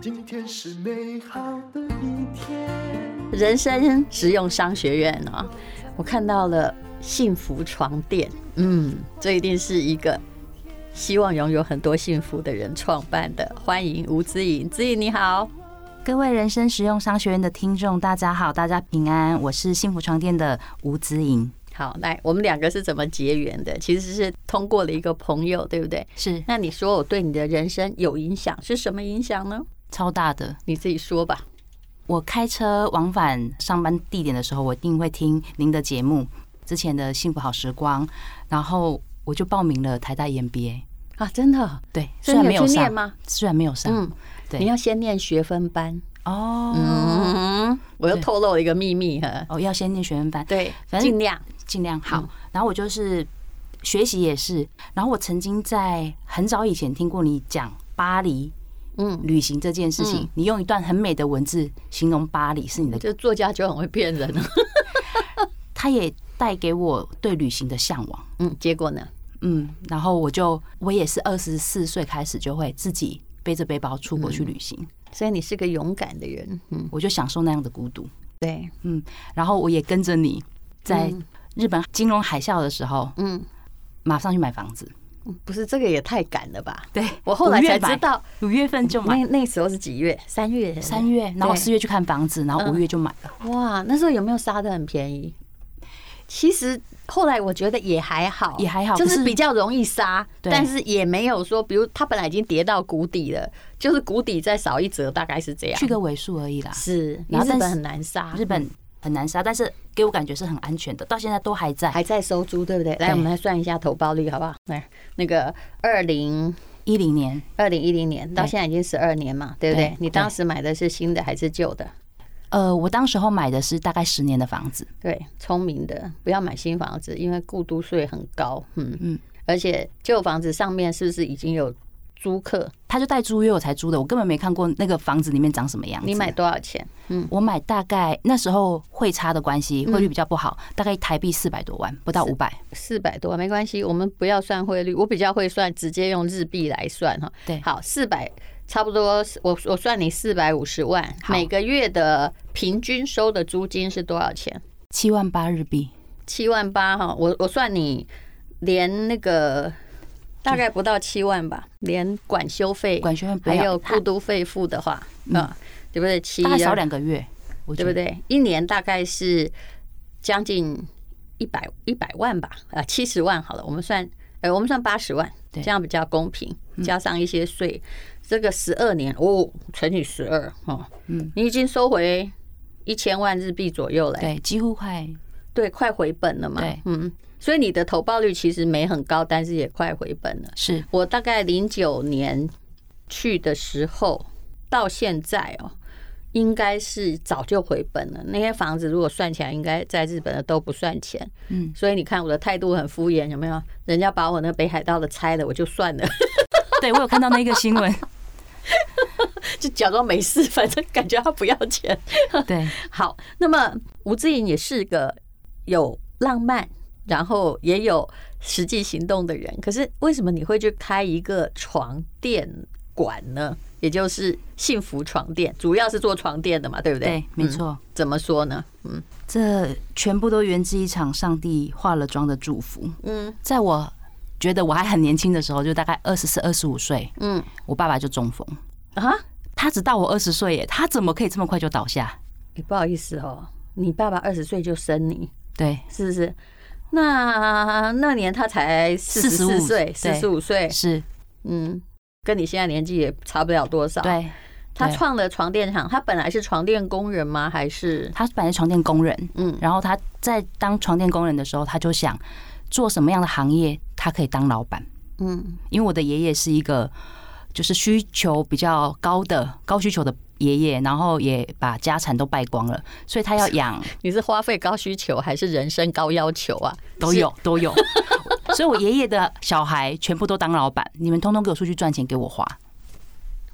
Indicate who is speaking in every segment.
Speaker 1: 今天是美好的一天。
Speaker 2: 人生实用商学院哦，我看到了幸福床垫，嗯，这一定是一个希望拥有很多幸福的人创办的。欢迎吴姿颖，姿颖你好，
Speaker 3: 各位人生实用商学院的听众，大家好，大家平安，我是幸福床垫的吴子颖，
Speaker 2: 好，来，我们两个是怎么结缘的？其实是通过了一个朋友，对不对？
Speaker 3: 是
Speaker 2: 那你说我对你的人生有影响，是什么影响呢？
Speaker 3: 超大的。
Speaker 2: 你自己说吧。
Speaker 3: 我开车往返上班地点的时候，我一定会听您的节目，之前的《幸福好时光》，然后我就报名了台大 MBA。
Speaker 2: 啊，真的，
Speaker 3: 对，
Speaker 2: 所
Speaker 3: 虽
Speaker 2: 以
Speaker 3: 然
Speaker 2: 你
Speaker 3: 没
Speaker 2: 有去念
Speaker 3: 上，
Speaker 2: 吗？
Speaker 3: 虽然没有上，
Speaker 2: 嗯，
Speaker 3: 对
Speaker 2: 你要先念学分班。
Speaker 3: 哦，
Speaker 2: 嗯，我又
Speaker 3: 对
Speaker 2: 透露了一个秘密哈。
Speaker 3: 哦，要先念学院班，
Speaker 2: 对，
Speaker 3: 反正
Speaker 2: 尽量。
Speaker 3: 尽量好。
Speaker 2: 嗯
Speaker 3: 然后我就是学习也是，然后我曾经在很早以前听过你讲巴黎
Speaker 2: 嗯，
Speaker 3: 旅行这件事情，你用一段很美的文字形容巴黎是你的，
Speaker 2: 这作家就很会骗人了。
Speaker 3: 它也带给我对旅行的向往。
Speaker 2: 嗯，结果呢？
Speaker 3: 嗯，然后我就我也是二十四岁开始就会自己背着背包出
Speaker 2: 嗯
Speaker 3: 国去旅行，
Speaker 2: 所以你是个勇敢的人。嗯，
Speaker 3: 我就享受那样的孤独。
Speaker 2: 对，
Speaker 3: 嗯，然后我也跟着你在
Speaker 2: 嗯
Speaker 3: 日本金融海啸的时候，
Speaker 2: 嗯，
Speaker 3: 马上去买房子。
Speaker 2: 不是这个也太赶了吧？
Speaker 3: 对
Speaker 2: 我后来
Speaker 3: 五月
Speaker 2: 才知
Speaker 3: 买
Speaker 2: 道，
Speaker 3: 五月份就买，
Speaker 2: 那那时候是几月？三月。
Speaker 3: 三月，然后四月去看房子，然后
Speaker 2: 嗯
Speaker 3: 五月就买了。
Speaker 2: 哇，那时候有没有杀的很便宜？其实后来我觉得也还好，
Speaker 3: 也还好
Speaker 2: 就
Speaker 3: 可
Speaker 2: 是
Speaker 3: 是
Speaker 2: 比较容易杀，
Speaker 3: 对
Speaker 2: 但是也没有说，比如它本来已经跌到谷底了，就是谷底再少一折，大概是这样。
Speaker 3: 去个尾数而已啦。
Speaker 2: 是，因为
Speaker 3: 然后
Speaker 2: 日
Speaker 3: 但
Speaker 2: 本
Speaker 3: 是
Speaker 2: 很难杀，
Speaker 3: 日本很难杀，但是给我感觉是很安全的，到现在都还在
Speaker 2: 还在收租，对不对？来，
Speaker 3: 对
Speaker 2: 我们来算一下投报率好不好？来，那个二零
Speaker 3: 一零年
Speaker 2: 二零一零年到
Speaker 3: 对
Speaker 2: 现在已经十二年嘛，对不对
Speaker 3: 对？
Speaker 2: 你当时买的是新的还是旧的？
Speaker 3: 呃，我当时候买的是大概十年的房子，
Speaker 2: 对，聪明的不要买新房子，因为过都税很高。嗯嗯
Speaker 3: 嗯，
Speaker 2: 而且旧房子上面是不是已经有租客？
Speaker 3: 他就带租约我才租的，我根本没看过那个房子里面长什么样子。
Speaker 2: 你买多少钱？嗯，
Speaker 3: 我买大概那时候汇差的关系，汇率比较不好，大概台币嗯四百多万，不到五百。
Speaker 2: 四百多啊没关系，我们不要算汇率，我比较会算，直接用日币来算哈。
Speaker 3: 对
Speaker 2: 好，四百差不多，我我算你四百五十万，
Speaker 3: 好
Speaker 2: 每个月的平均收的租金是多少钱？
Speaker 3: 七万八日币，
Speaker 2: 七万八哈，我我算你连那个大概不到七万吧，连管修费、
Speaker 3: 管学院不
Speaker 2: 还有
Speaker 3: 要，嗯
Speaker 2: 过度费付的话，啊，对不对？七
Speaker 3: 大概少
Speaker 2: 啊，
Speaker 3: 两个月，我觉
Speaker 2: 对
Speaker 3: 得
Speaker 2: 不对？一年大概是将近一百一百万吧，啊，七十万好了，我们算，呃，我们算八十万，这
Speaker 3: 对嗯
Speaker 2: 样比较公平，加上一些税，这个十二年哦，乘以十二哦，嗯，你已经收回一千万日币左右了，
Speaker 3: 对，几乎快
Speaker 2: 对，快回本了嘛
Speaker 3: 对，
Speaker 2: 嗯，所以你的投报率其实没很高，但是也快回本了。
Speaker 3: 是
Speaker 2: 我大概零九年去的时候，到现在哦，应该是早就回本了。那些房子如果算起来，应该在日本的都不算钱。
Speaker 3: 嗯，
Speaker 2: 所以你看我的态度很敷衍，有没有？人家把我那北海道的拆了，我就算了，
Speaker 3: 对我有看到那个新 闻，
Speaker 2: 就假装没事，反正感觉他不要钱。
Speaker 3: 对，
Speaker 2: 好，那么吴志颖也是个有浪漫，然后也有实际行动的人。可是为什么你会去开一个床垫馆呢？也就是幸福床垫，主要是做床垫的嘛，对不对？
Speaker 3: 对，没错。
Speaker 2: 嗯。怎么说呢？嗯
Speaker 3: 这全部都源自一场上帝化了妆的祝福。
Speaker 2: 嗯
Speaker 3: 在我觉得我还很年轻的时候，就大概二十四、二十五岁，
Speaker 2: 嗯
Speaker 3: 我爸爸就中风。
Speaker 2: 啊，
Speaker 3: 他只大我二十岁耶，他怎么可以这么快就倒下？
Speaker 2: 你不好意思哦，你爸爸二十岁就生你，
Speaker 3: 对，
Speaker 2: 是不是？那那年他才四十四
Speaker 3: 45
Speaker 2: 岁，四
Speaker 3: 对
Speaker 2: 十五岁，
Speaker 3: 是，
Speaker 2: 嗯，跟你现在年纪也差不了多少。
Speaker 3: 对，
Speaker 2: 他
Speaker 3: 对
Speaker 2: 创了床垫厂，他本来是床垫工人吗？还是
Speaker 3: 他本来是床垫工人，
Speaker 2: 嗯
Speaker 3: 然后他在当床垫工人的时候，他就想做什么样的行业他可以当老板。
Speaker 2: 嗯
Speaker 3: 因为我的爷爷是一个就是需求比较高的高需求的爷爷，然后也把家产都败光了，所以他要养
Speaker 2: 你是花费高需求还是人生高要求啊？
Speaker 3: 都
Speaker 2: 是
Speaker 3: 有都有，所以我爷爷的小孩全部都当老板，你们通通给我出去赚钱给我花。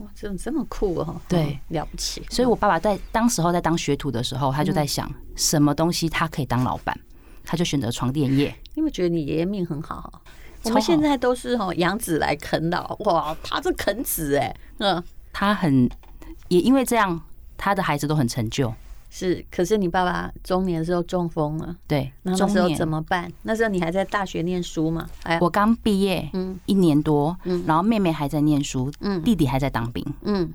Speaker 2: 哇，这这么酷哦！
Speaker 3: 对
Speaker 2: 嗯，了不起。
Speaker 3: 所以我爸爸在当时候在当学徒的时候，他就在想
Speaker 2: 嗯
Speaker 3: 什么东西他可以当老板，他就选择床垫业。
Speaker 2: 你有没有觉得你爷爷命很好？我们现在都是哦，养子来啃老，哇，他是啃子哎，嗯，。
Speaker 3: 他很也因为这样，他的孩子都很成就是
Speaker 2: 可是你爸爸中年的时候中风了，
Speaker 3: 对，
Speaker 2: 那那
Speaker 3: 中
Speaker 2: 时候
Speaker 3: 年
Speaker 2: 怎么办？那时候你还在大学念书嘛？哎呀，
Speaker 3: 我刚毕业
Speaker 2: 嗯
Speaker 3: 一年多
Speaker 2: 嗯，
Speaker 3: 然后妹妹还在念书，
Speaker 2: 嗯
Speaker 3: 弟弟还在当兵，
Speaker 2: 嗯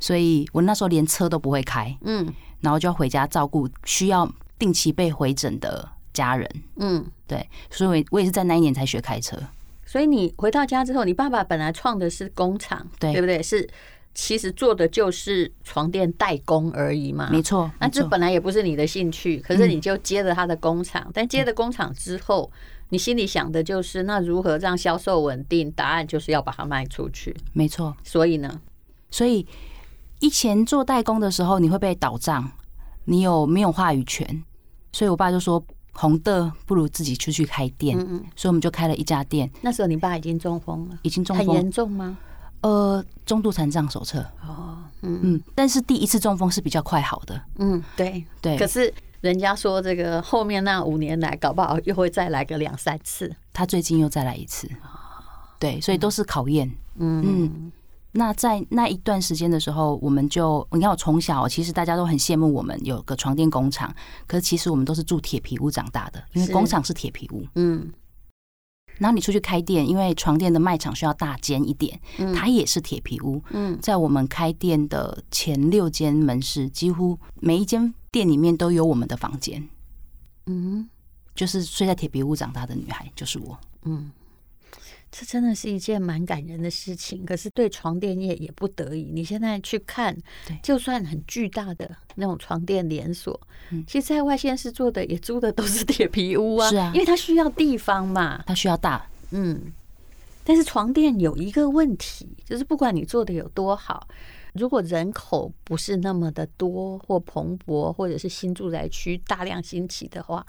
Speaker 3: 所以我那时候连车都不会开，
Speaker 2: 嗯
Speaker 3: 然后就要回家照顾需要定期被回诊的家人。
Speaker 2: 嗯，
Speaker 3: 对，所以我也是在那一年才学开车。
Speaker 2: 所以你回到家之后，你爸爸本来创的是工厂，
Speaker 3: 对
Speaker 2: 对不对？是其实做的就是床垫代工而已嘛，
Speaker 3: 没错，
Speaker 2: 啊那
Speaker 3: 没
Speaker 2: 这
Speaker 3: 错。
Speaker 2: 本来也不是你的兴趣，可是
Speaker 3: 嗯
Speaker 2: 你就接了他的工厂，但接了工厂之后，你心里想的就是那如何让销售稳定？答案就是要把它卖出去。
Speaker 3: 没错。
Speaker 2: 所以呢，
Speaker 3: 所以以前做代工的时候，你会被倒账，你有没有话语权？所以我爸就说：“红的不如自己出去开店。
Speaker 2: 嗯嗯，
Speaker 3: 所以我们就开了一家店，
Speaker 2: 那时候你爸已经中风了，
Speaker 3: 已经中
Speaker 2: 很
Speaker 3: 风，
Speaker 2: 严重吗？
Speaker 3: 呃，中度残障手册。
Speaker 2: 哦，嗯
Speaker 3: 嗯，但是第一次中风是比较快好的，
Speaker 2: 嗯，对。
Speaker 3: 对
Speaker 2: 可，是人家说这个后面那五年来，搞不好又会再来个两三次。
Speaker 3: 他最近又再来一次，对，所以都是考验。
Speaker 2: 嗯
Speaker 3: 嗯，那在那一段时间的时候，我们就你看，我从小其实大家都很羡慕我们有个床垫工厂，可是其实我们都是住铁皮屋长大的，因为
Speaker 2: 是
Speaker 3: 工厂是铁皮屋。
Speaker 2: 嗯
Speaker 3: 然后你出去开店，因为床垫的卖场需要大间一点，
Speaker 2: 嗯，
Speaker 3: 它也是铁皮屋。
Speaker 2: 嗯
Speaker 3: 在我们开店的前六间门市，几乎每一间店里面都有我们的房间，
Speaker 2: 嗯
Speaker 3: 就是睡在铁皮屋长大的女孩就是我。
Speaker 2: 嗯，这真的是一件蛮感人的事情。可是对床垫业也不得已，你现在去看
Speaker 3: 对，
Speaker 2: 就算很巨大的那种床垫连锁，
Speaker 3: 嗯
Speaker 2: 其实在外县市做的也租的都是铁皮屋啊，
Speaker 3: 是啊
Speaker 2: 因为它需要地方嘛，
Speaker 3: 它需要大，
Speaker 2: 嗯。但是床垫有一个问题，就是不管你做的有多好，如果人口不是那么的多或蓬勃，或者是新住宅区大量兴起的话，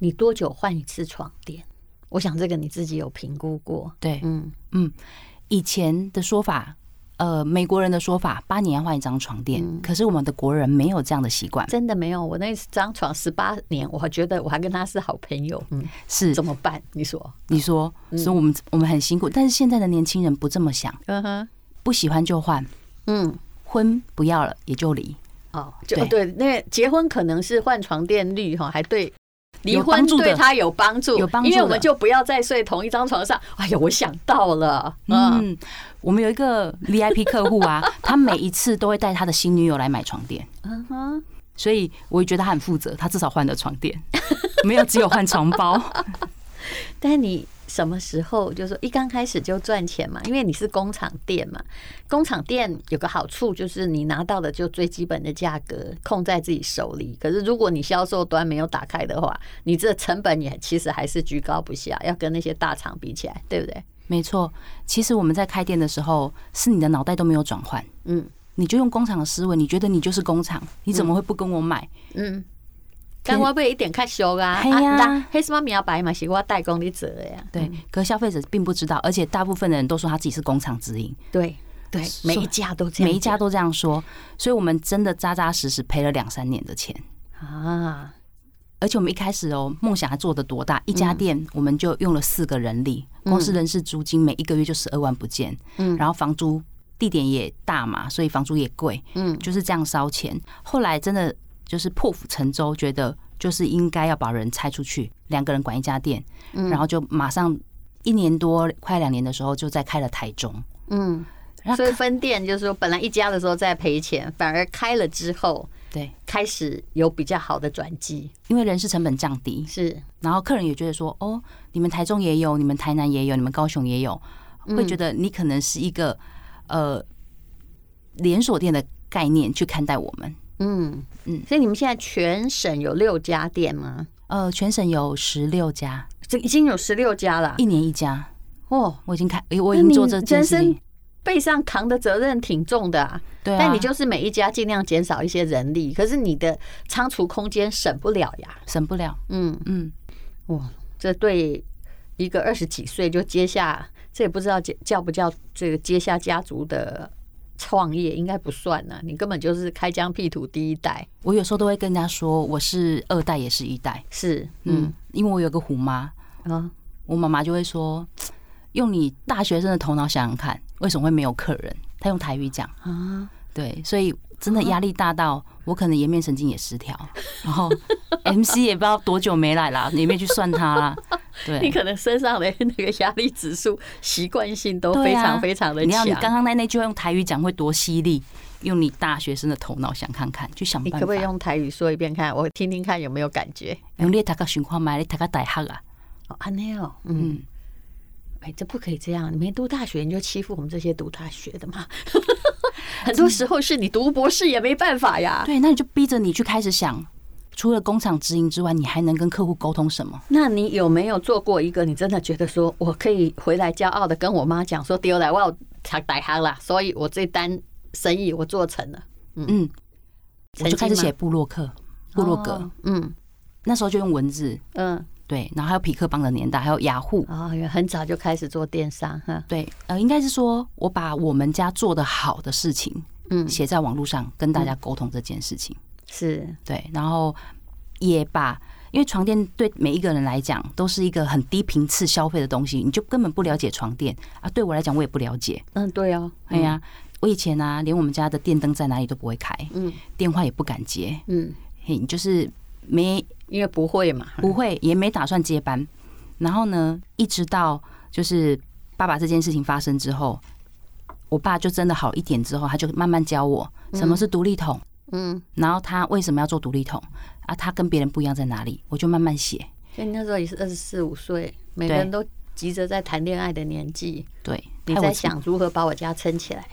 Speaker 2: 你多久换一次床垫？我想这个你自己有评估过，
Speaker 3: 对，
Speaker 2: 嗯
Speaker 3: 以前的说法，呃，美国人的说法，八年要换一张床垫。
Speaker 2: 嗯
Speaker 3: 可是我们的国人没有这样的习惯，
Speaker 2: 真的没有。我那张床十八年，我还觉得我还跟他是好朋友，嗯，
Speaker 3: 是
Speaker 2: 怎么办？你说？
Speaker 3: 你说，所以我们我们很辛苦。但是现在的年轻人不这么想，
Speaker 2: 嗯哼，
Speaker 3: 不喜欢就换，
Speaker 2: 嗯，
Speaker 3: 婚不要了也就离，
Speaker 2: 哦，就
Speaker 3: 对
Speaker 2: 哦对，那结婚可能是换床垫率哈，还对。离
Speaker 3: 有
Speaker 2: 婚
Speaker 3: 帮助的
Speaker 2: 对他有帮助，
Speaker 3: 有帮助
Speaker 2: 因为我们
Speaker 3: 的
Speaker 2: 就不要再睡同一张床上。哎呀，我想到了，嗯，
Speaker 3: 嗯，我们有一个 VIP 客户 啊，他每一次都会带他的新女友来买床垫，
Speaker 2: 嗯哼，
Speaker 3: 所以我也觉得他很负责，他至少换了床垫， 没有只有换床 包。
Speaker 2: 但你什么时候就说一刚开始就赚钱嘛？因为你是工厂店嘛，工厂店有个好处就是你拿到的就最基本的价格控在自己手里。可是如果你销售端没有打开的话，你这成本也其实还是居高不下，要跟那些大厂比起来，对不对？
Speaker 3: 没错，其实我们在开店的时候，是你的脑袋都没有转换，
Speaker 2: 嗯
Speaker 3: 你就用工厂的思维，你觉得你就是工厂，你怎么会不跟我买？
Speaker 2: 嗯。但我被一点看俗啊，
Speaker 3: 嘿呀
Speaker 2: 那黑什么名白嘛，是我代工的责的呀。
Speaker 3: 对，可是消费者并不知道，而且大部分的人都说他自己是工厂直营，
Speaker 2: 对对，每一家都这样，
Speaker 3: 每一家都这样说，所以我们真的扎扎实实赔了两三年的钱。
Speaker 2: 啊，
Speaker 3: 而且我们一开始哦，梦想还做得多大？一家
Speaker 2: 嗯
Speaker 3: 店我们就用了四个人力，公司人事租金每一个月就十二万不见，
Speaker 2: 嗯
Speaker 3: 然后房租地点也大嘛，所以房租也贵，
Speaker 2: 嗯
Speaker 3: 就是这样烧钱。后来真的就是破釜沉舟，觉得就是应该要把人拆出去，两个人管一家店，
Speaker 2: 嗯
Speaker 3: 然后就马上一年多快两年的时候就再开了台中，
Speaker 2: 嗯，
Speaker 3: 然后
Speaker 2: 所以分店就是说，本来一家的时候在赔钱，反而开了之后
Speaker 3: 对，
Speaker 2: 开始有比较好的转机，
Speaker 3: 因为人事成本降低，
Speaker 2: 是
Speaker 3: 然后客人也觉得说，哦，你们台中也有，你们台南也有，你们高雄也有，会
Speaker 2: 嗯
Speaker 3: 觉得你可能是一个呃连锁店的概念去看待我们。
Speaker 2: 嗯嗯
Speaker 3: 嗯。
Speaker 2: 所以你们现在全省有六家店吗？
Speaker 3: 呃，全省有十六家，
Speaker 2: 这已经有十六家了
Speaker 3: 一年一家，
Speaker 2: 哦。
Speaker 3: 我已经开，诶我
Speaker 2: 那
Speaker 3: 已经
Speaker 2: 你
Speaker 3: 做这件
Speaker 2: 人
Speaker 3: 事
Speaker 2: 生
Speaker 3: 情。
Speaker 2: 背上扛的责任挺重的啊，
Speaker 3: 对啊，
Speaker 2: 但你就是每一家尽量减少一些人力，可是你的仓储空间省不了呀。
Speaker 3: 省不了。
Speaker 2: 嗯，
Speaker 3: 嗯，
Speaker 2: 哇，这对一个二十几岁就接下，这也不知道接叫不叫这个接下家族的创业，应该不算呢、你根本就是开疆辟土第一代，
Speaker 3: 我有时候都会跟人家说，我是二代也是一代。
Speaker 2: 是，
Speaker 3: 嗯
Speaker 2: 嗯，
Speaker 3: 因为我有个虎妈，
Speaker 2: 啊，
Speaker 3: 我妈妈就会说，嘖用你大学生的头脑想想看，为什么会没有客人？他用台语讲，
Speaker 2: 啊，
Speaker 3: 对，所以真的压力大到我可能颜面神经也失调， 然后 MC 也不知道多久没来啦，你没去算他啦，
Speaker 2: 你
Speaker 3: 对。
Speaker 2: 可能身上的那个压力指数习惯性都
Speaker 3: 对
Speaker 2: 非
Speaker 3: 啊
Speaker 2: 常非常的
Speaker 3: 你要
Speaker 2: 强。
Speaker 3: 你刚刚那那句话用台语讲会多犀利，用你大学生的头脑想看看，去想
Speaker 2: 你
Speaker 3: 办法。
Speaker 2: 可不可以用台语说一遍看，我听听看有没有感觉？
Speaker 3: 用你大概情况买，你大概大黑啊？
Speaker 2: 哦，安内哦，嗯，
Speaker 3: 嗯，
Speaker 2: 哎，这不可以这样，你没读大学你就欺负我们这些读大学的 嘛。很多时候是你读博士也没办法呀。
Speaker 3: 对，那你就逼着你去开始想，除了工厂直营之外，你还能跟客户沟通什么？
Speaker 2: 那你有没有做过一个你真的觉得说我可以回来骄傲的跟我妈讲说丢来我有读大学啦，所以我这单生意我做成了，
Speaker 3: 嗯，
Speaker 2: 曾
Speaker 3: 我就开始
Speaker 2: 经吗
Speaker 3: 写部落客、部落格，
Speaker 2: 哦嗯
Speaker 3: 那时候就用文字，
Speaker 2: 嗯，
Speaker 3: 对，然后还有匹克邦的年代，还有雅虎，
Speaker 2: 哦，很早就开始做电商哈，
Speaker 3: 对，呃，应该是说我把我们家做的好的事情
Speaker 2: 嗯，
Speaker 3: 写在网络上，跟大家沟通这件事情，
Speaker 2: 是
Speaker 3: 对，然后也把。因为床垫对每一个人来讲都是一个很低频次消费的东西，你就根本不了解床垫啊。对我来讲，我也不了解，
Speaker 2: 嗯对哦，
Speaker 3: 哎呀，我以前啊，连我们家的电灯在哪里都不会开，
Speaker 2: 嗯
Speaker 3: 电话也不敢接，
Speaker 2: 嗯，
Speaker 3: 嘿，你就是没
Speaker 2: 因为不会嘛，
Speaker 3: 不会，也没打算接班。然后呢，一直到就是爸爸这件事情发生之后，我爸就真的好一点之后，他就慢慢教我什么是独立桶，
Speaker 2: 嗯，
Speaker 3: 然后他为什么要做独立桶啊，他跟别人不一样在哪里，我就慢慢写。
Speaker 2: 所以那时候也是二十四五岁，每个人都急着在谈恋爱的年纪，
Speaker 3: 对，
Speaker 2: 你
Speaker 3: 害我
Speaker 2: 在想如何把我家撑起来？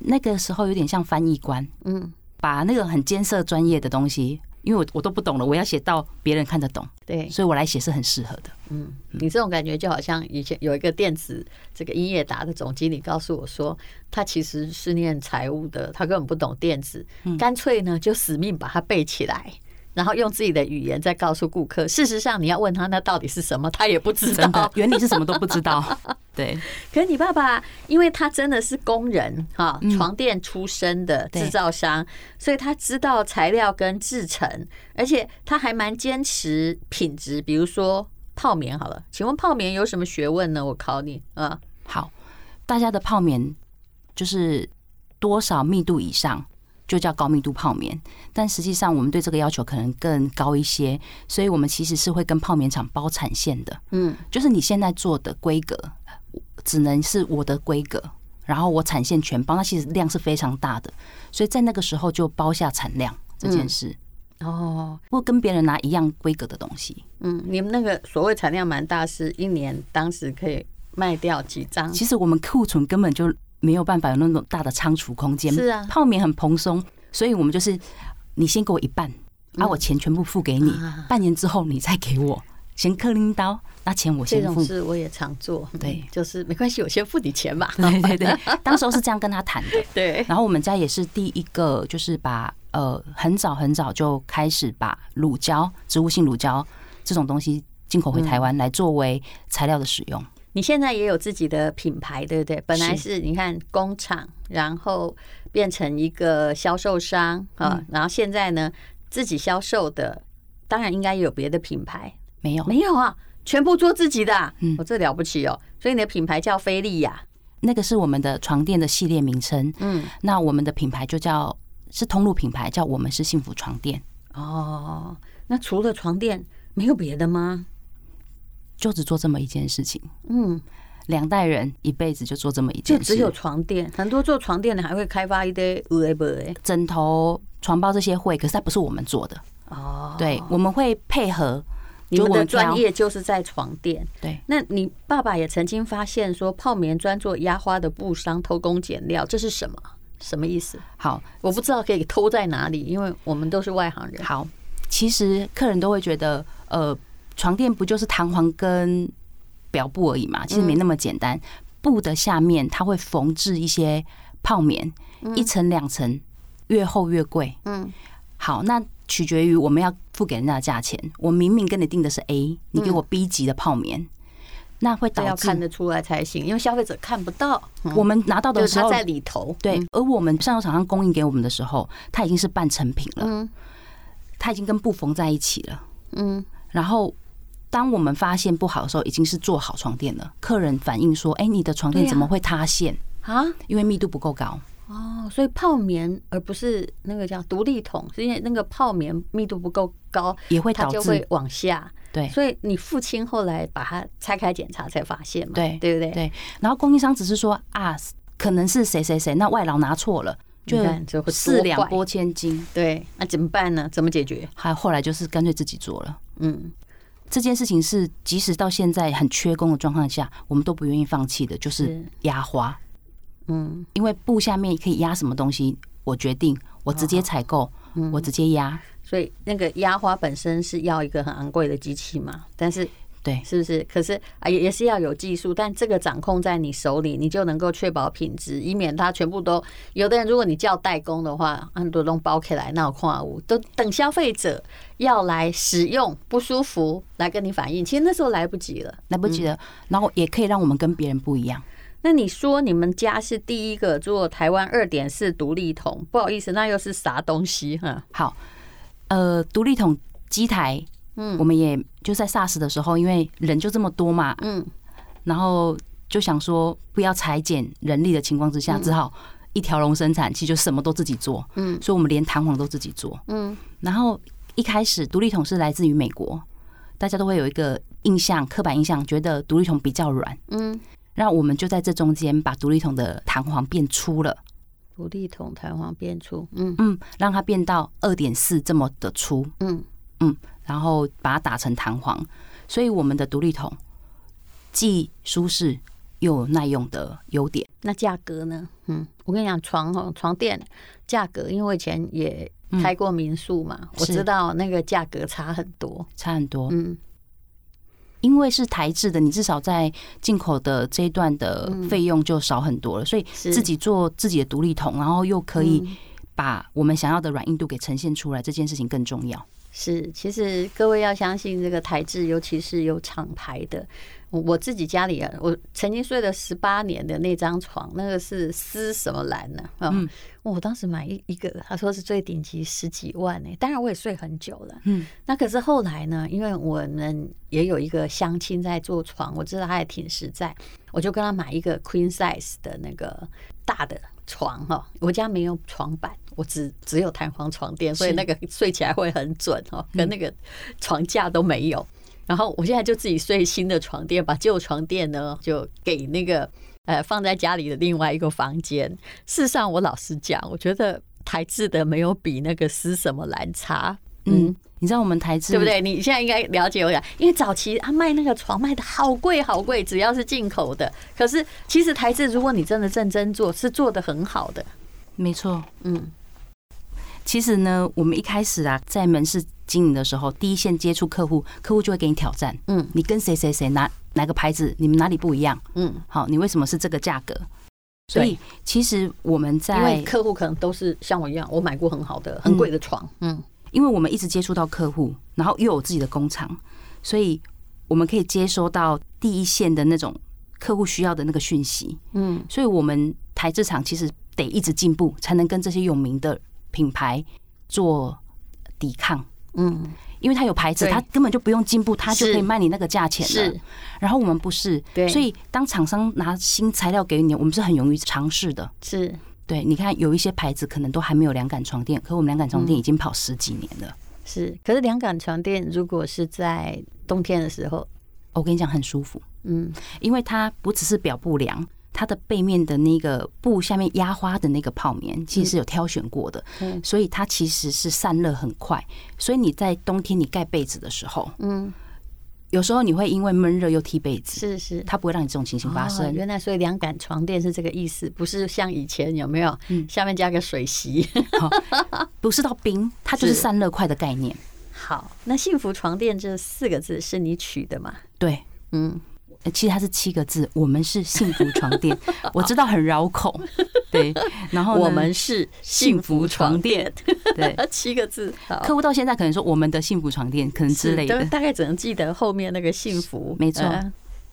Speaker 3: 那个时候有点像翻译官，
Speaker 2: 嗯，
Speaker 3: 把那个很艰涩专业的东西，因为我我都不懂了，我要写到别人看得懂。
Speaker 2: 对，
Speaker 3: 所以我来写是很适合 的。
Speaker 2: 哦你这种感觉就好像以前有一个电子这个音乐达的总经理告诉我说，他其实是念财务的，他根本不懂电子，
Speaker 3: 嗯
Speaker 2: 干脆呢就死命把它背起来。然后用自己的语言再告诉顾客，事实上你要问他那到底是什么，他也不知
Speaker 3: 真的
Speaker 2: 道，。
Speaker 3: 原理是什么都不知道。 对，
Speaker 2: 可是你爸爸，因为他真的是工人哈、床垫出身的
Speaker 3: 嗯对
Speaker 2: 制造商，所以他知道材料跟制成，而且他还蛮坚持品质。比如说泡棉好了，请问泡棉有什么学问呢？我考你啊，
Speaker 3: 好，大家的泡棉就是多少密度以上就叫高密度泡棉，但实际上我们对这个要求可能更高一些，所以我们其实是会跟泡棉厂包产线的，
Speaker 2: 嗯
Speaker 3: 就是你现在做的规格呃只能是我的规格。然后我产线全包，那其实量是非常大的，所以在那个时候就包下产量这件事，
Speaker 2: 哦
Speaker 3: 不过跟别人拿一样规格的东西。
Speaker 2: 嗯，你们那个所谓产量蛮大，是一年当时可以卖掉几张？
Speaker 3: 其实我们库存根本就没有办法有那种大的仓储空间，
Speaker 2: 是啊
Speaker 3: 泡棉很蓬松，所以我们就是你先给我一半，啊，我钱全部付给你，
Speaker 2: 嗯啊
Speaker 3: 半年之后你再给我，先刻拎刀，那钱我
Speaker 2: 这
Speaker 3: 先
Speaker 2: 种
Speaker 3: 付。
Speaker 2: 事我也常做，
Speaker 3: 对
Speaker 2: 嗯就是没关系，我先付你钱吧。
Speaker 3: 对对对，当时候是这样跟他谈的。
Speaker 2: 对，
Speaker 3: 然后我们家也是第一个，就是把呃很早很早就开始把乳胶、植物性乳胶这种东西进
Speaker 2: 嗯
Speaker 3: 口回台湾来作为材料的使用。
Speaker 2: 你现在也有自己的品牌，对不对？本来是你看工厂，然后变成一个销售商啊，然后现在呢自己销售的，当然应该也有别的品牌，
Speaker 3: 没有，
Speaker 2: 没有啊，全部做自己的、啊，
Speaker 3: 哦嗯
Speaker 2: 我、这了不起哦。所以你的品牌叫菲利亚，
Speaker 3: 那个是我们的床垫的系列名称。
Speaker 2: 嗯，
Speaker 3: 那我们的品牌就叫是通路品牌，叫我们是幸福床垫，
Speaker 2: 哦，那除了床垫没有别的吗？
Speaker 3: 就只做这么一件事情。
Speaker 2: 嗯，
Speaker 3: 两代人一辈子就做这么一
Speaker 2: 就
Speaker 3: 件事，
Speaker 2: 只有床垫，很多做床垫的还会开发一堆有的没的
Speaker 3: 枕头、床包这些会，可是它不是我们做的。
Speaker 2: 哦，
Speaker 3: 对，我们会配合，
Speaker 2: 你们
Speaker 3: 就我
Speaker 2: 的
Speaker 3: 们挑
Speaker 2: 专业就是在床垫。
Speaker 3: 对，
Speaker 2: 那你爸爸也曾经发现说，泡棉专做压花的布商偷工减料，这是什么？什么意思？
Speaker 3: 好
Speaker 2: 我不知道可以偷在哪里，因为我们都是外行人。
Speaker 3: 好。其实客人都会觉得，呃，床垫不就是弹簧跟表布而已
Speaker 2: 嗯
Speaker 3: 嘛？其实没那么简单。布的下面它会缝制一些泡棉，一层两层，越厚越贵。
Speaker 2: 嗯
Speaker 3: 好，那取决于我们要付给人家的价钱。我明明跟你定的是 A，你给我 B 级的泡棉，那会
Speaker 2: 嗯这
Speaker 3: 导
Speaker 2: 要看
Speaker 3: 致
Speaker 2: 得出来才行，因为消费者看不到，
Speaker 3: 我们拿到
Speaker 2: 就
Speaker 3: 的
Speaker 2: 是
Speaker 3: 时
Speaker 2: 它
Speaker 3: 候，
Speaker 2: 在里头。
Speaker 3: 对，而我们上游厂商供应给我们的时候，它已经是半成品了，
Speaker 2: 嗯
Speaker 3: 它已经跟布缝在一起了。
Speaker 2: 嗯，
Speaker 3: 然后当我们发现不好的时候，已经是做好床垫了。客人反映说：“哎、你的床垫
Speaker 2: 对啊
Speaker 3: 怎么会塌陷？
Speaker 2: 啊，
Speaker 3: 因为密度不够高。
Speaker 2: 哦，所以泡棉而不是那个叫独立桶，是因为那个泡棉密度不够高，
Speaker 3: 也会
Speaker 2: 它
Speaker 3: 导
Speaker 2: 就
Speaker 3: 致
Speaker 2: 会往下。”
Speaker 3: 对
Speaker 2: 所以你父亲后来把它拆开检查才发现嘛，
Speaker 3: 对
Speaker 2: 对不对？
Speaker 3: 对，然后供应商只是说啊，可能是谁谁谁，那外劳拿错了，
Speaker 2: 你看这会
Speaker 3: 就
Speaker 2: 多
Speaker 3: 四两
Speaker 2: 怪
Speaker 3: 拨千斤。
Speaker 2: 对，那怎么办呢？怎么解决？
Speaker 3: 还后来就是干脆自己做了。
Speaker 2: 嗯，
Speaker 3: 这件事情是，即使到现在很缺工的状况下，我们都不愿意放弃的，就是
Speaker 2: 是
Speaker 3: 压花。
Speaker 2: 嗯，
Speaker 3: 因为布下面可以压什么东西，我决定，我直
Speaker 2: 哦
Speaker 3: 接采购，
Speaker 2: 嗯
Speaker 3: 我直接压。
Speaker 2: 所以那个压花本身是要一个很昂贵的机器嘛，但是
Speaker 3: 对
Speaker 2: 是不是？可是啊，也也是要有技术，但这个掌控在你手里，你就能够确保品质，以免它全部都。有的人，如果你叫代工的话，很多东包起来那矿物，都等消费者要来使用不舒服来跟你反映，其实那时候来不及了。
Speaker 3: 来不及了，然后也可以让我们跟别人不一样。
Speaker 2: 那你说你们家是第一个做台湾二点四独立桶，不好意思，那又是啥东西哈？
Speaker 3: 好，呃，独立桶机台，嗯，我们也就在 SARS 的时候，因为人就这么多嘛，
Speaker 2: 嗯，
Speaker 3: 然后就想说不要裁减人力的情况之
Speaker 2: 嗯
Speaker 3: 下，只好一条龙生产，其实就什么都自己做，嗯，所以我们连弹簧都自己做，
Speaker 2: 嗯，
Speaker 3: 然后一开始独立桶是来自于美国，大家都会有一个印象，刻板印象，觉得独立桶比较软，
Speaker 2: 嗯，
Speaker 3: 那我们就在这中间把独立桶的弹簧变粗了，
Speaker 2: 独立桶弹簧变粗，嗯
Speaker 3: 嗯，让它变到二点四这么的粗，
Speaker 2: 嗯，
Speaker 3: 然后把它打成弹簧，所以我们的独立桶既舒适又有耐用的优点。
Speaker 2: 那价格呢？嗯，我跟你讲，床哦，床垫价格，因为我以前也开过民宿嘛，我
Speaker 3: 是
Speaker 2: 知道那个价格差很多。
Speaker 3: 差很多。
Speaker 2: 嗯，
Speaker 3: 因为是台制的，你至少在进口的这一段的费用就少很多了，所以
Speaker 2: 嗯是嗯
Speaker 3: 自己做自己的独立桶，然后又可以把我们想要的软硬度给呈现出来，这件事情更重要。
Speaker 2: 是，其实各位要相信这个台制，尤其是有厂牌的。我我自己家里啊，我曾经睡了十八年的那张床，那个是丝什么兰呢、啊？嗯，我当时买一一个，他说是最顶级，十几万呢、当然我也睡很久了，
Speaker 3: 嗯，
Speaker 2: 那可是后来呢，因为我们也有一个相亲在做床，我知道他也挺实在，我就跟他买一个 queen size 的那个大的床哈。我家没有床板，我只只有弹簧床垫，所以
Speaker 3: 是嗯
Speaker 2: 那个睡起来会很准哦，跟那个床架都没有。然后我现在就自己睡新的床垫，把旧床垫呢就给那个呃放在家里的另外一个房间。事实上，我老实讲，我觉得台制的没有比那个丝什么兰差。
Speaker 3: 嗯，你知道我们台制
Speaker 2: 对不？对？你现在应该了解我讲，因为早期他卖那个床卖的好贵好贵，只要是进口的。可是其实台制，如果你真的认真做，是做的很好的。
Speaker 3: 没错。
Speaker 2: 嗯，
Speaker 3: 其实呢，我们一开始啊，在门市经营的时候，第一线接触客户，客户就会给你挑战。
Speaker 2: 嗯，
Speaker 3: 你跟谁谁谁哪哪个牌子，你们哪里不一样？
Speaker 2: 嗯，
Speaker 3: 好，你为什么是这个价格？所以其实我们在
Speaker 2: 因为客户可能都是像我一样，我买过很好的、很贵的床。嗯，
Speaker 3: 因为我们一直接触到客户，然后又有自己的工厂，所以我们可以接收到第一线的那种客户需要的那个讯息。
Speaker 2: 嗯，
Speaker 3: 所以我们台制厂其实得一直进步，才能跟这些有名的品牌做抵抗。
Speaker 2: 嗯，
Speaker 3: 因为它有牌子，
Speaker 2: 对
Speaker 3: 它根本就不用进步，它就是可以卖你那个价钱了
Speaker 2: 是。
Speaker 3: 然后我们不是
Speaker 2: 对，
Speaker 3: 所以当厂商拿新材料给你，我们是很勇于尝试的。
Speaker 2: 是
Speaker 3: 对，你看有一些牌子可能都还没有凉感床垫，可我们凉感
Speaker 2: 嗯
Speaker 3: 床垫已经跑十几年了。
Speaker 2: 是。可是凉感床垫如果是在冬天的时候，
Speaker 3: 我跟你讲，很舒服，
Speaker 2: 嗯，
Speaker 3: 因为它不只是表布凉，它的背面的那个布下面压花的那个泡棉，其实是有挑选过的，
Speaker 2: 嗯
Speaker 3: 所以它其实是散热很快。所以你在冬天你盖被子的时候，
Speaker 2: 嗯，
Speaker 3: 有时候你会因为闷热又踢被子，
Speaker 2: 是是。
Speaker 3: 它不会让你这种情形发
Speaker 2: 哦
Speaker 3: 生。
Speaker 2: 原来所以凉感床垫是这个意思，不是像以前有没有、
Speaker 3: 嗯
Speaker 2: 下面加个水席？
Speaker 3: 不是到冰，它就是
Speaker 2: 是
Speaker 3: 散热快的概念。
Speaker 2: 好，那幸福床垫这四个字是你取的吗？
Speaker 3: 对，
Speaker 2: 嗯，
Speaker 3: 呃其实它是七个字，我们是幸福床 垫，我知道很绕口。对，然后呢
Speaker 2: 我们是幸福床垫，
Speaker 3: 对
Speaker 2: 七个字，好
Speaker 3: 客户到现在可能说我们的幸福床垫，可能之类
Speaker 2: 是
Speaker 3: 的
Speaker 2: 都。大概只能记得后面那个幸福，
Speaker 3: 没错
Speaker 2: 嗯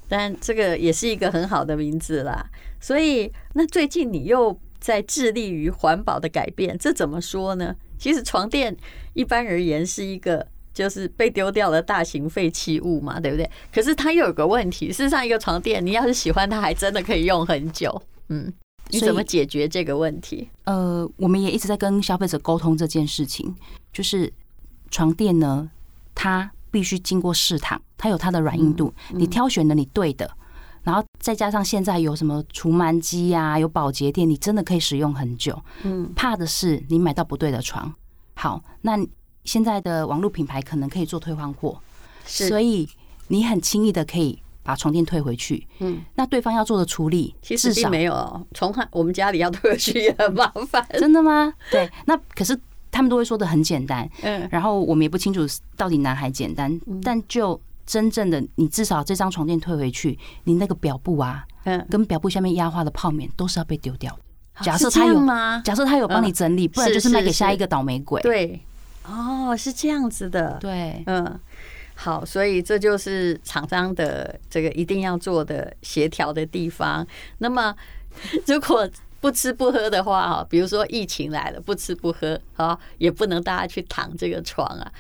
Speaker 2: 但这个也是一个很好的名字啦。所以，那最近你又在致力于环保的改变，这怎么说呢？其实床垫一般而言是一个就是被丢掉的大型废弃物嘛，对不对？可是它又有个问题，事实上一个床垫，你要是喜欢它，还真的可以用很久。嗯，你
Speaker 3: 所以
Speaker 2: 怎么解决这个问题？
Speaker 3: 呃，我们也一直在跟消费者沟通这件事情，就是床垫呢，它必须经过试躺，它有它的软硬
Speaker 2: 嗯
Speaker 3: 度，你挑选了你对的，然后再加上现在有什么除螨机呀，有保洁垫，你真的可以使用很久。
Speaker 2: 嗯，
Speaker 3: 怕的是你买到不对的床。好，那现在的网络品牌可能可以做退换货，所
Speaker 2: 是，
Speaker 3: 以你很轻易的可以把床垫退回去。
Speaker 2: 嗯，
Speaker 3: 那对方要做的处理，
Speaker 2: 其实
Speaker 3: 至
Speaker 2: 并
Speaker 3: 少
Speaker 2: 没有哦，从我们家里要退回去也很麻烦。
Speaker 3: 真的吗？ 对，那可是他们都会说的很简单，
Speaker 2: 嗯，
Speaker 3: 然后我们也不清楚到底难还简单，但就真正的你至少这张床垫退回去，你那个表布啊，
Speaker 2: 嗯
Speaker 3: 跟表布下面压花的泡棉都是要被丢掉的。假设
Speaker 2: 是这
Speaker 3: 他有
Speaker 2: 样吗？
Speaker 3: 假设他有帮你
Speaker 2: 嗯
Speaker 3: 整理，不然
Speaker 2: 是
Speaker 3: 就是
Speaker 2: 是
Speaker 3: 卖给下
Speaker 2: 是
Speaker 3: 一个倒霉鬼。
Speaker 2: 对，哦，是这样子的。
Speaker 3: 对，
Speaker 2: 嗯，好，所以这就是厂商的这个一定要做的协调的地方。那么， 如果不吃不喝的话，哈，比如说疫情来了，不吃不喝，啊，也不能大家去躺这个床啊，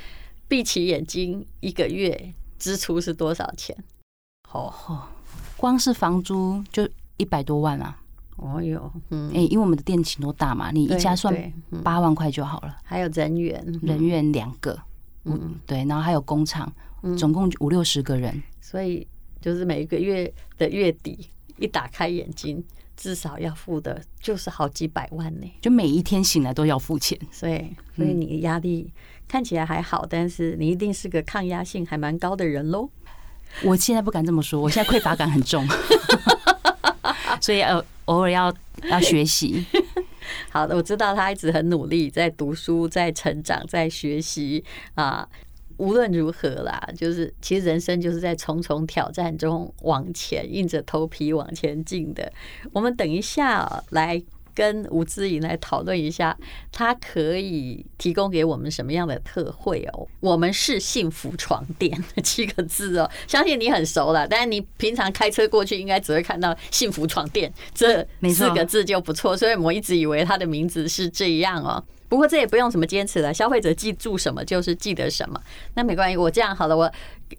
Speaker 2: 闭起眼睛一个月支出是多少钱？哦，
Speaker 3: 光是房租就一百多万啊！
Speaker 2: 哦哟，嗯，
Speaker 3: 哎、因为我们的店情多大嘛，你一
Speaker 2: 对
Speaker 3: 家算
Speaker 2: 对嗯
Speaker 3: 八万块就好了，
Speaker 2: 还有人员，嗯
Speaker 3: 人员两个，嗯，对，然后还有工厂，
Speaker 2: 嗯
Speaker 3: 总共五六十个人，
Speaker 2: 所以就是每一个月的月底一打开眼睛，至少要付的就是好几百万呢、
Speaker 3: 就每一天醒来都要付钱。
Speaker 2: 所以，所以你的压力看起来还好，但是你一定是个抗压性还蛮高的人喽。
Speaker 3: 我现在不敢这么说，我现在匮乏感很重， 所以呃，偶尔要要学习。
Speaker 2: 好的，我知道他一直很努力，在读书，在成长，在学习啊。无论如何啦，就是其实人生就是在重重挑战中往前，硬着头皮往前进的。我们等一下哦来跟吴志颖来讨论一下，他可以提供给我们什么样的特惠哦？我们是幸福床垫 七个字哦，相信你很熟了，但是你平常开车过去应该只会看到幸福床垫这
Speaker 3: 没错
Speaker 2: 四个字就不错，所以我一直以为它的名字是这样哦。不过这也不用什么坚持了，消费者记住什么就是记得什么。那没关系，我这样好了，我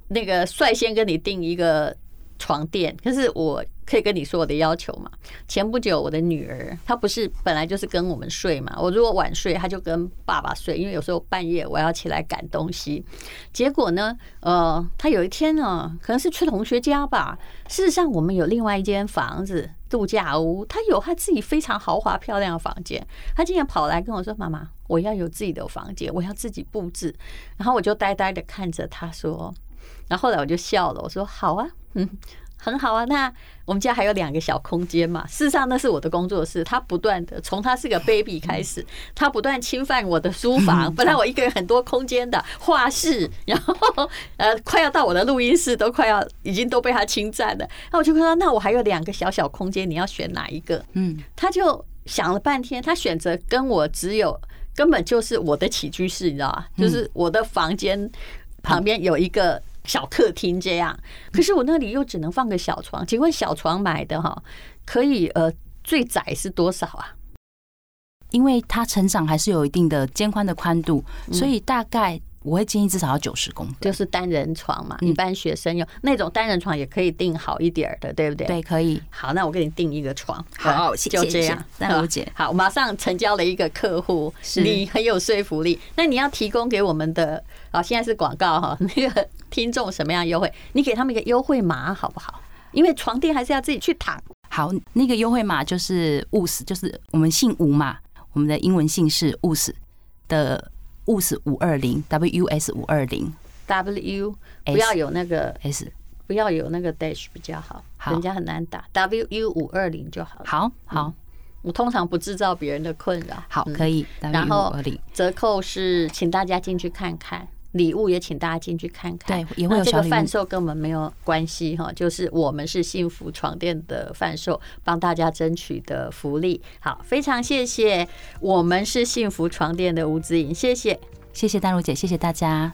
Speaker 2: 那个率先跟你定一个床垫，可是我可以跟你说我的要求嘛。前不久我的女儿她不是本来就是跟我们睡嘛，我如果晚睡她就跟爸爸睡，因为有时候半夜我要起来赶东西。结果呢，呃，她有一天呢，可能是去同学家吧，事实上我们有另外一间房子。度假屋，她有她自己非常豪华漂亮的房间。她竟然跑来跟我说：“妈妈，我要有自己的房间，我要自己布置。”然后我就呆呆的看着她说：“然后后来我就笑了，我说好啊， 嗯，很好啊。那我们家还有两个小空间嘛。事实上，那是我的工作室，他不断的从他是个 baby 开始，他不断侵犯我的书房。本来我一个人很多空间的画室，然后呃，快要到我的录音室都快要已经都被他侵占了。那我就跟他，那我还有两个小小空间，你要选哪一个？
Speaker 3: 嗯，
Speaker 2: 他就想了半天，他选择跟我只有根本就是我的起居室，你知道
Speaker 3: 嗯
Speaker 2: 吗？就是我的房间旁边有一个小客厅这样。
Speaker 3: 嗯
Speaker 2: 可是我那里又只能放个小床，请问小床买的哈，可以呃最窄是多少啊？
Speaker 3: 因为它成长还是有一定的肩宽的宽度，所以大概我会建议至少要九十公分。
Speaker 2: 就是单人床嘛，
Speaker 3: 嗯
Speaker 2: 一般学生用那种单人床也可以订好一点儿的，对不对？
Speaker 3: 对，可以。
Speaker 2: 好，那我给你订一个床。
Speaker 3: 好
Speaker 2: 嗯
Speaker 3: 谢
Speaker 2: 就
Speaker 3: 谢
Speaker 2: 这
Speaker 3: 谢
Speaker 2: 样。
Speaker 3: 那吴姐
Speaker 2: 好，好马上成交了一个客户，
Speaker 3: 是
Speaker 2: 你很有说服力。那你要提供给我们的啊，现在是广告哈， 那个听众什么样的优惠？你给他们一个优惠码好不好？因为床垫还是要自己去躺。
Speaker 3: 好，那个优惠码就是 WUS，就是我们姓吴嘛，我们的英文姓是 WUS 的 WUS 五二零 WUS 五二零
Speaker 2: W 不要有那个
Speaker 3: S。
Speaker 2: 不要有那个 dash 比较好，
Speaker 3: 好
Speaker 2: 人家很难打。W U 五二零就好了。
Speaker 3: 好好
Speaker 2: 我通常不制造别人的困扰。
Speaker 3: 好，
Speaker 2: 嗯
Speaker 3: 可以。
Speaker 2: 然后
Speaker 3: W520
Speaker 2: 折扣是请大家进去看看，礼物也请大家进去看看。
Speaker 3: 对也会有
Speaker 2: 那这
Speaker 3: 小
Speaker 2: 个
Speaker 3: 礼物
Speaker 2: 贩售跟我们没有关系哈，就是我们是幸福床垫的贩售，帮大家争取的福利。好，非常谢谢我们是幸福床垫的吴子颖，谢谢。
Speaker 3: 谢谢丹如姐，谢谢大家。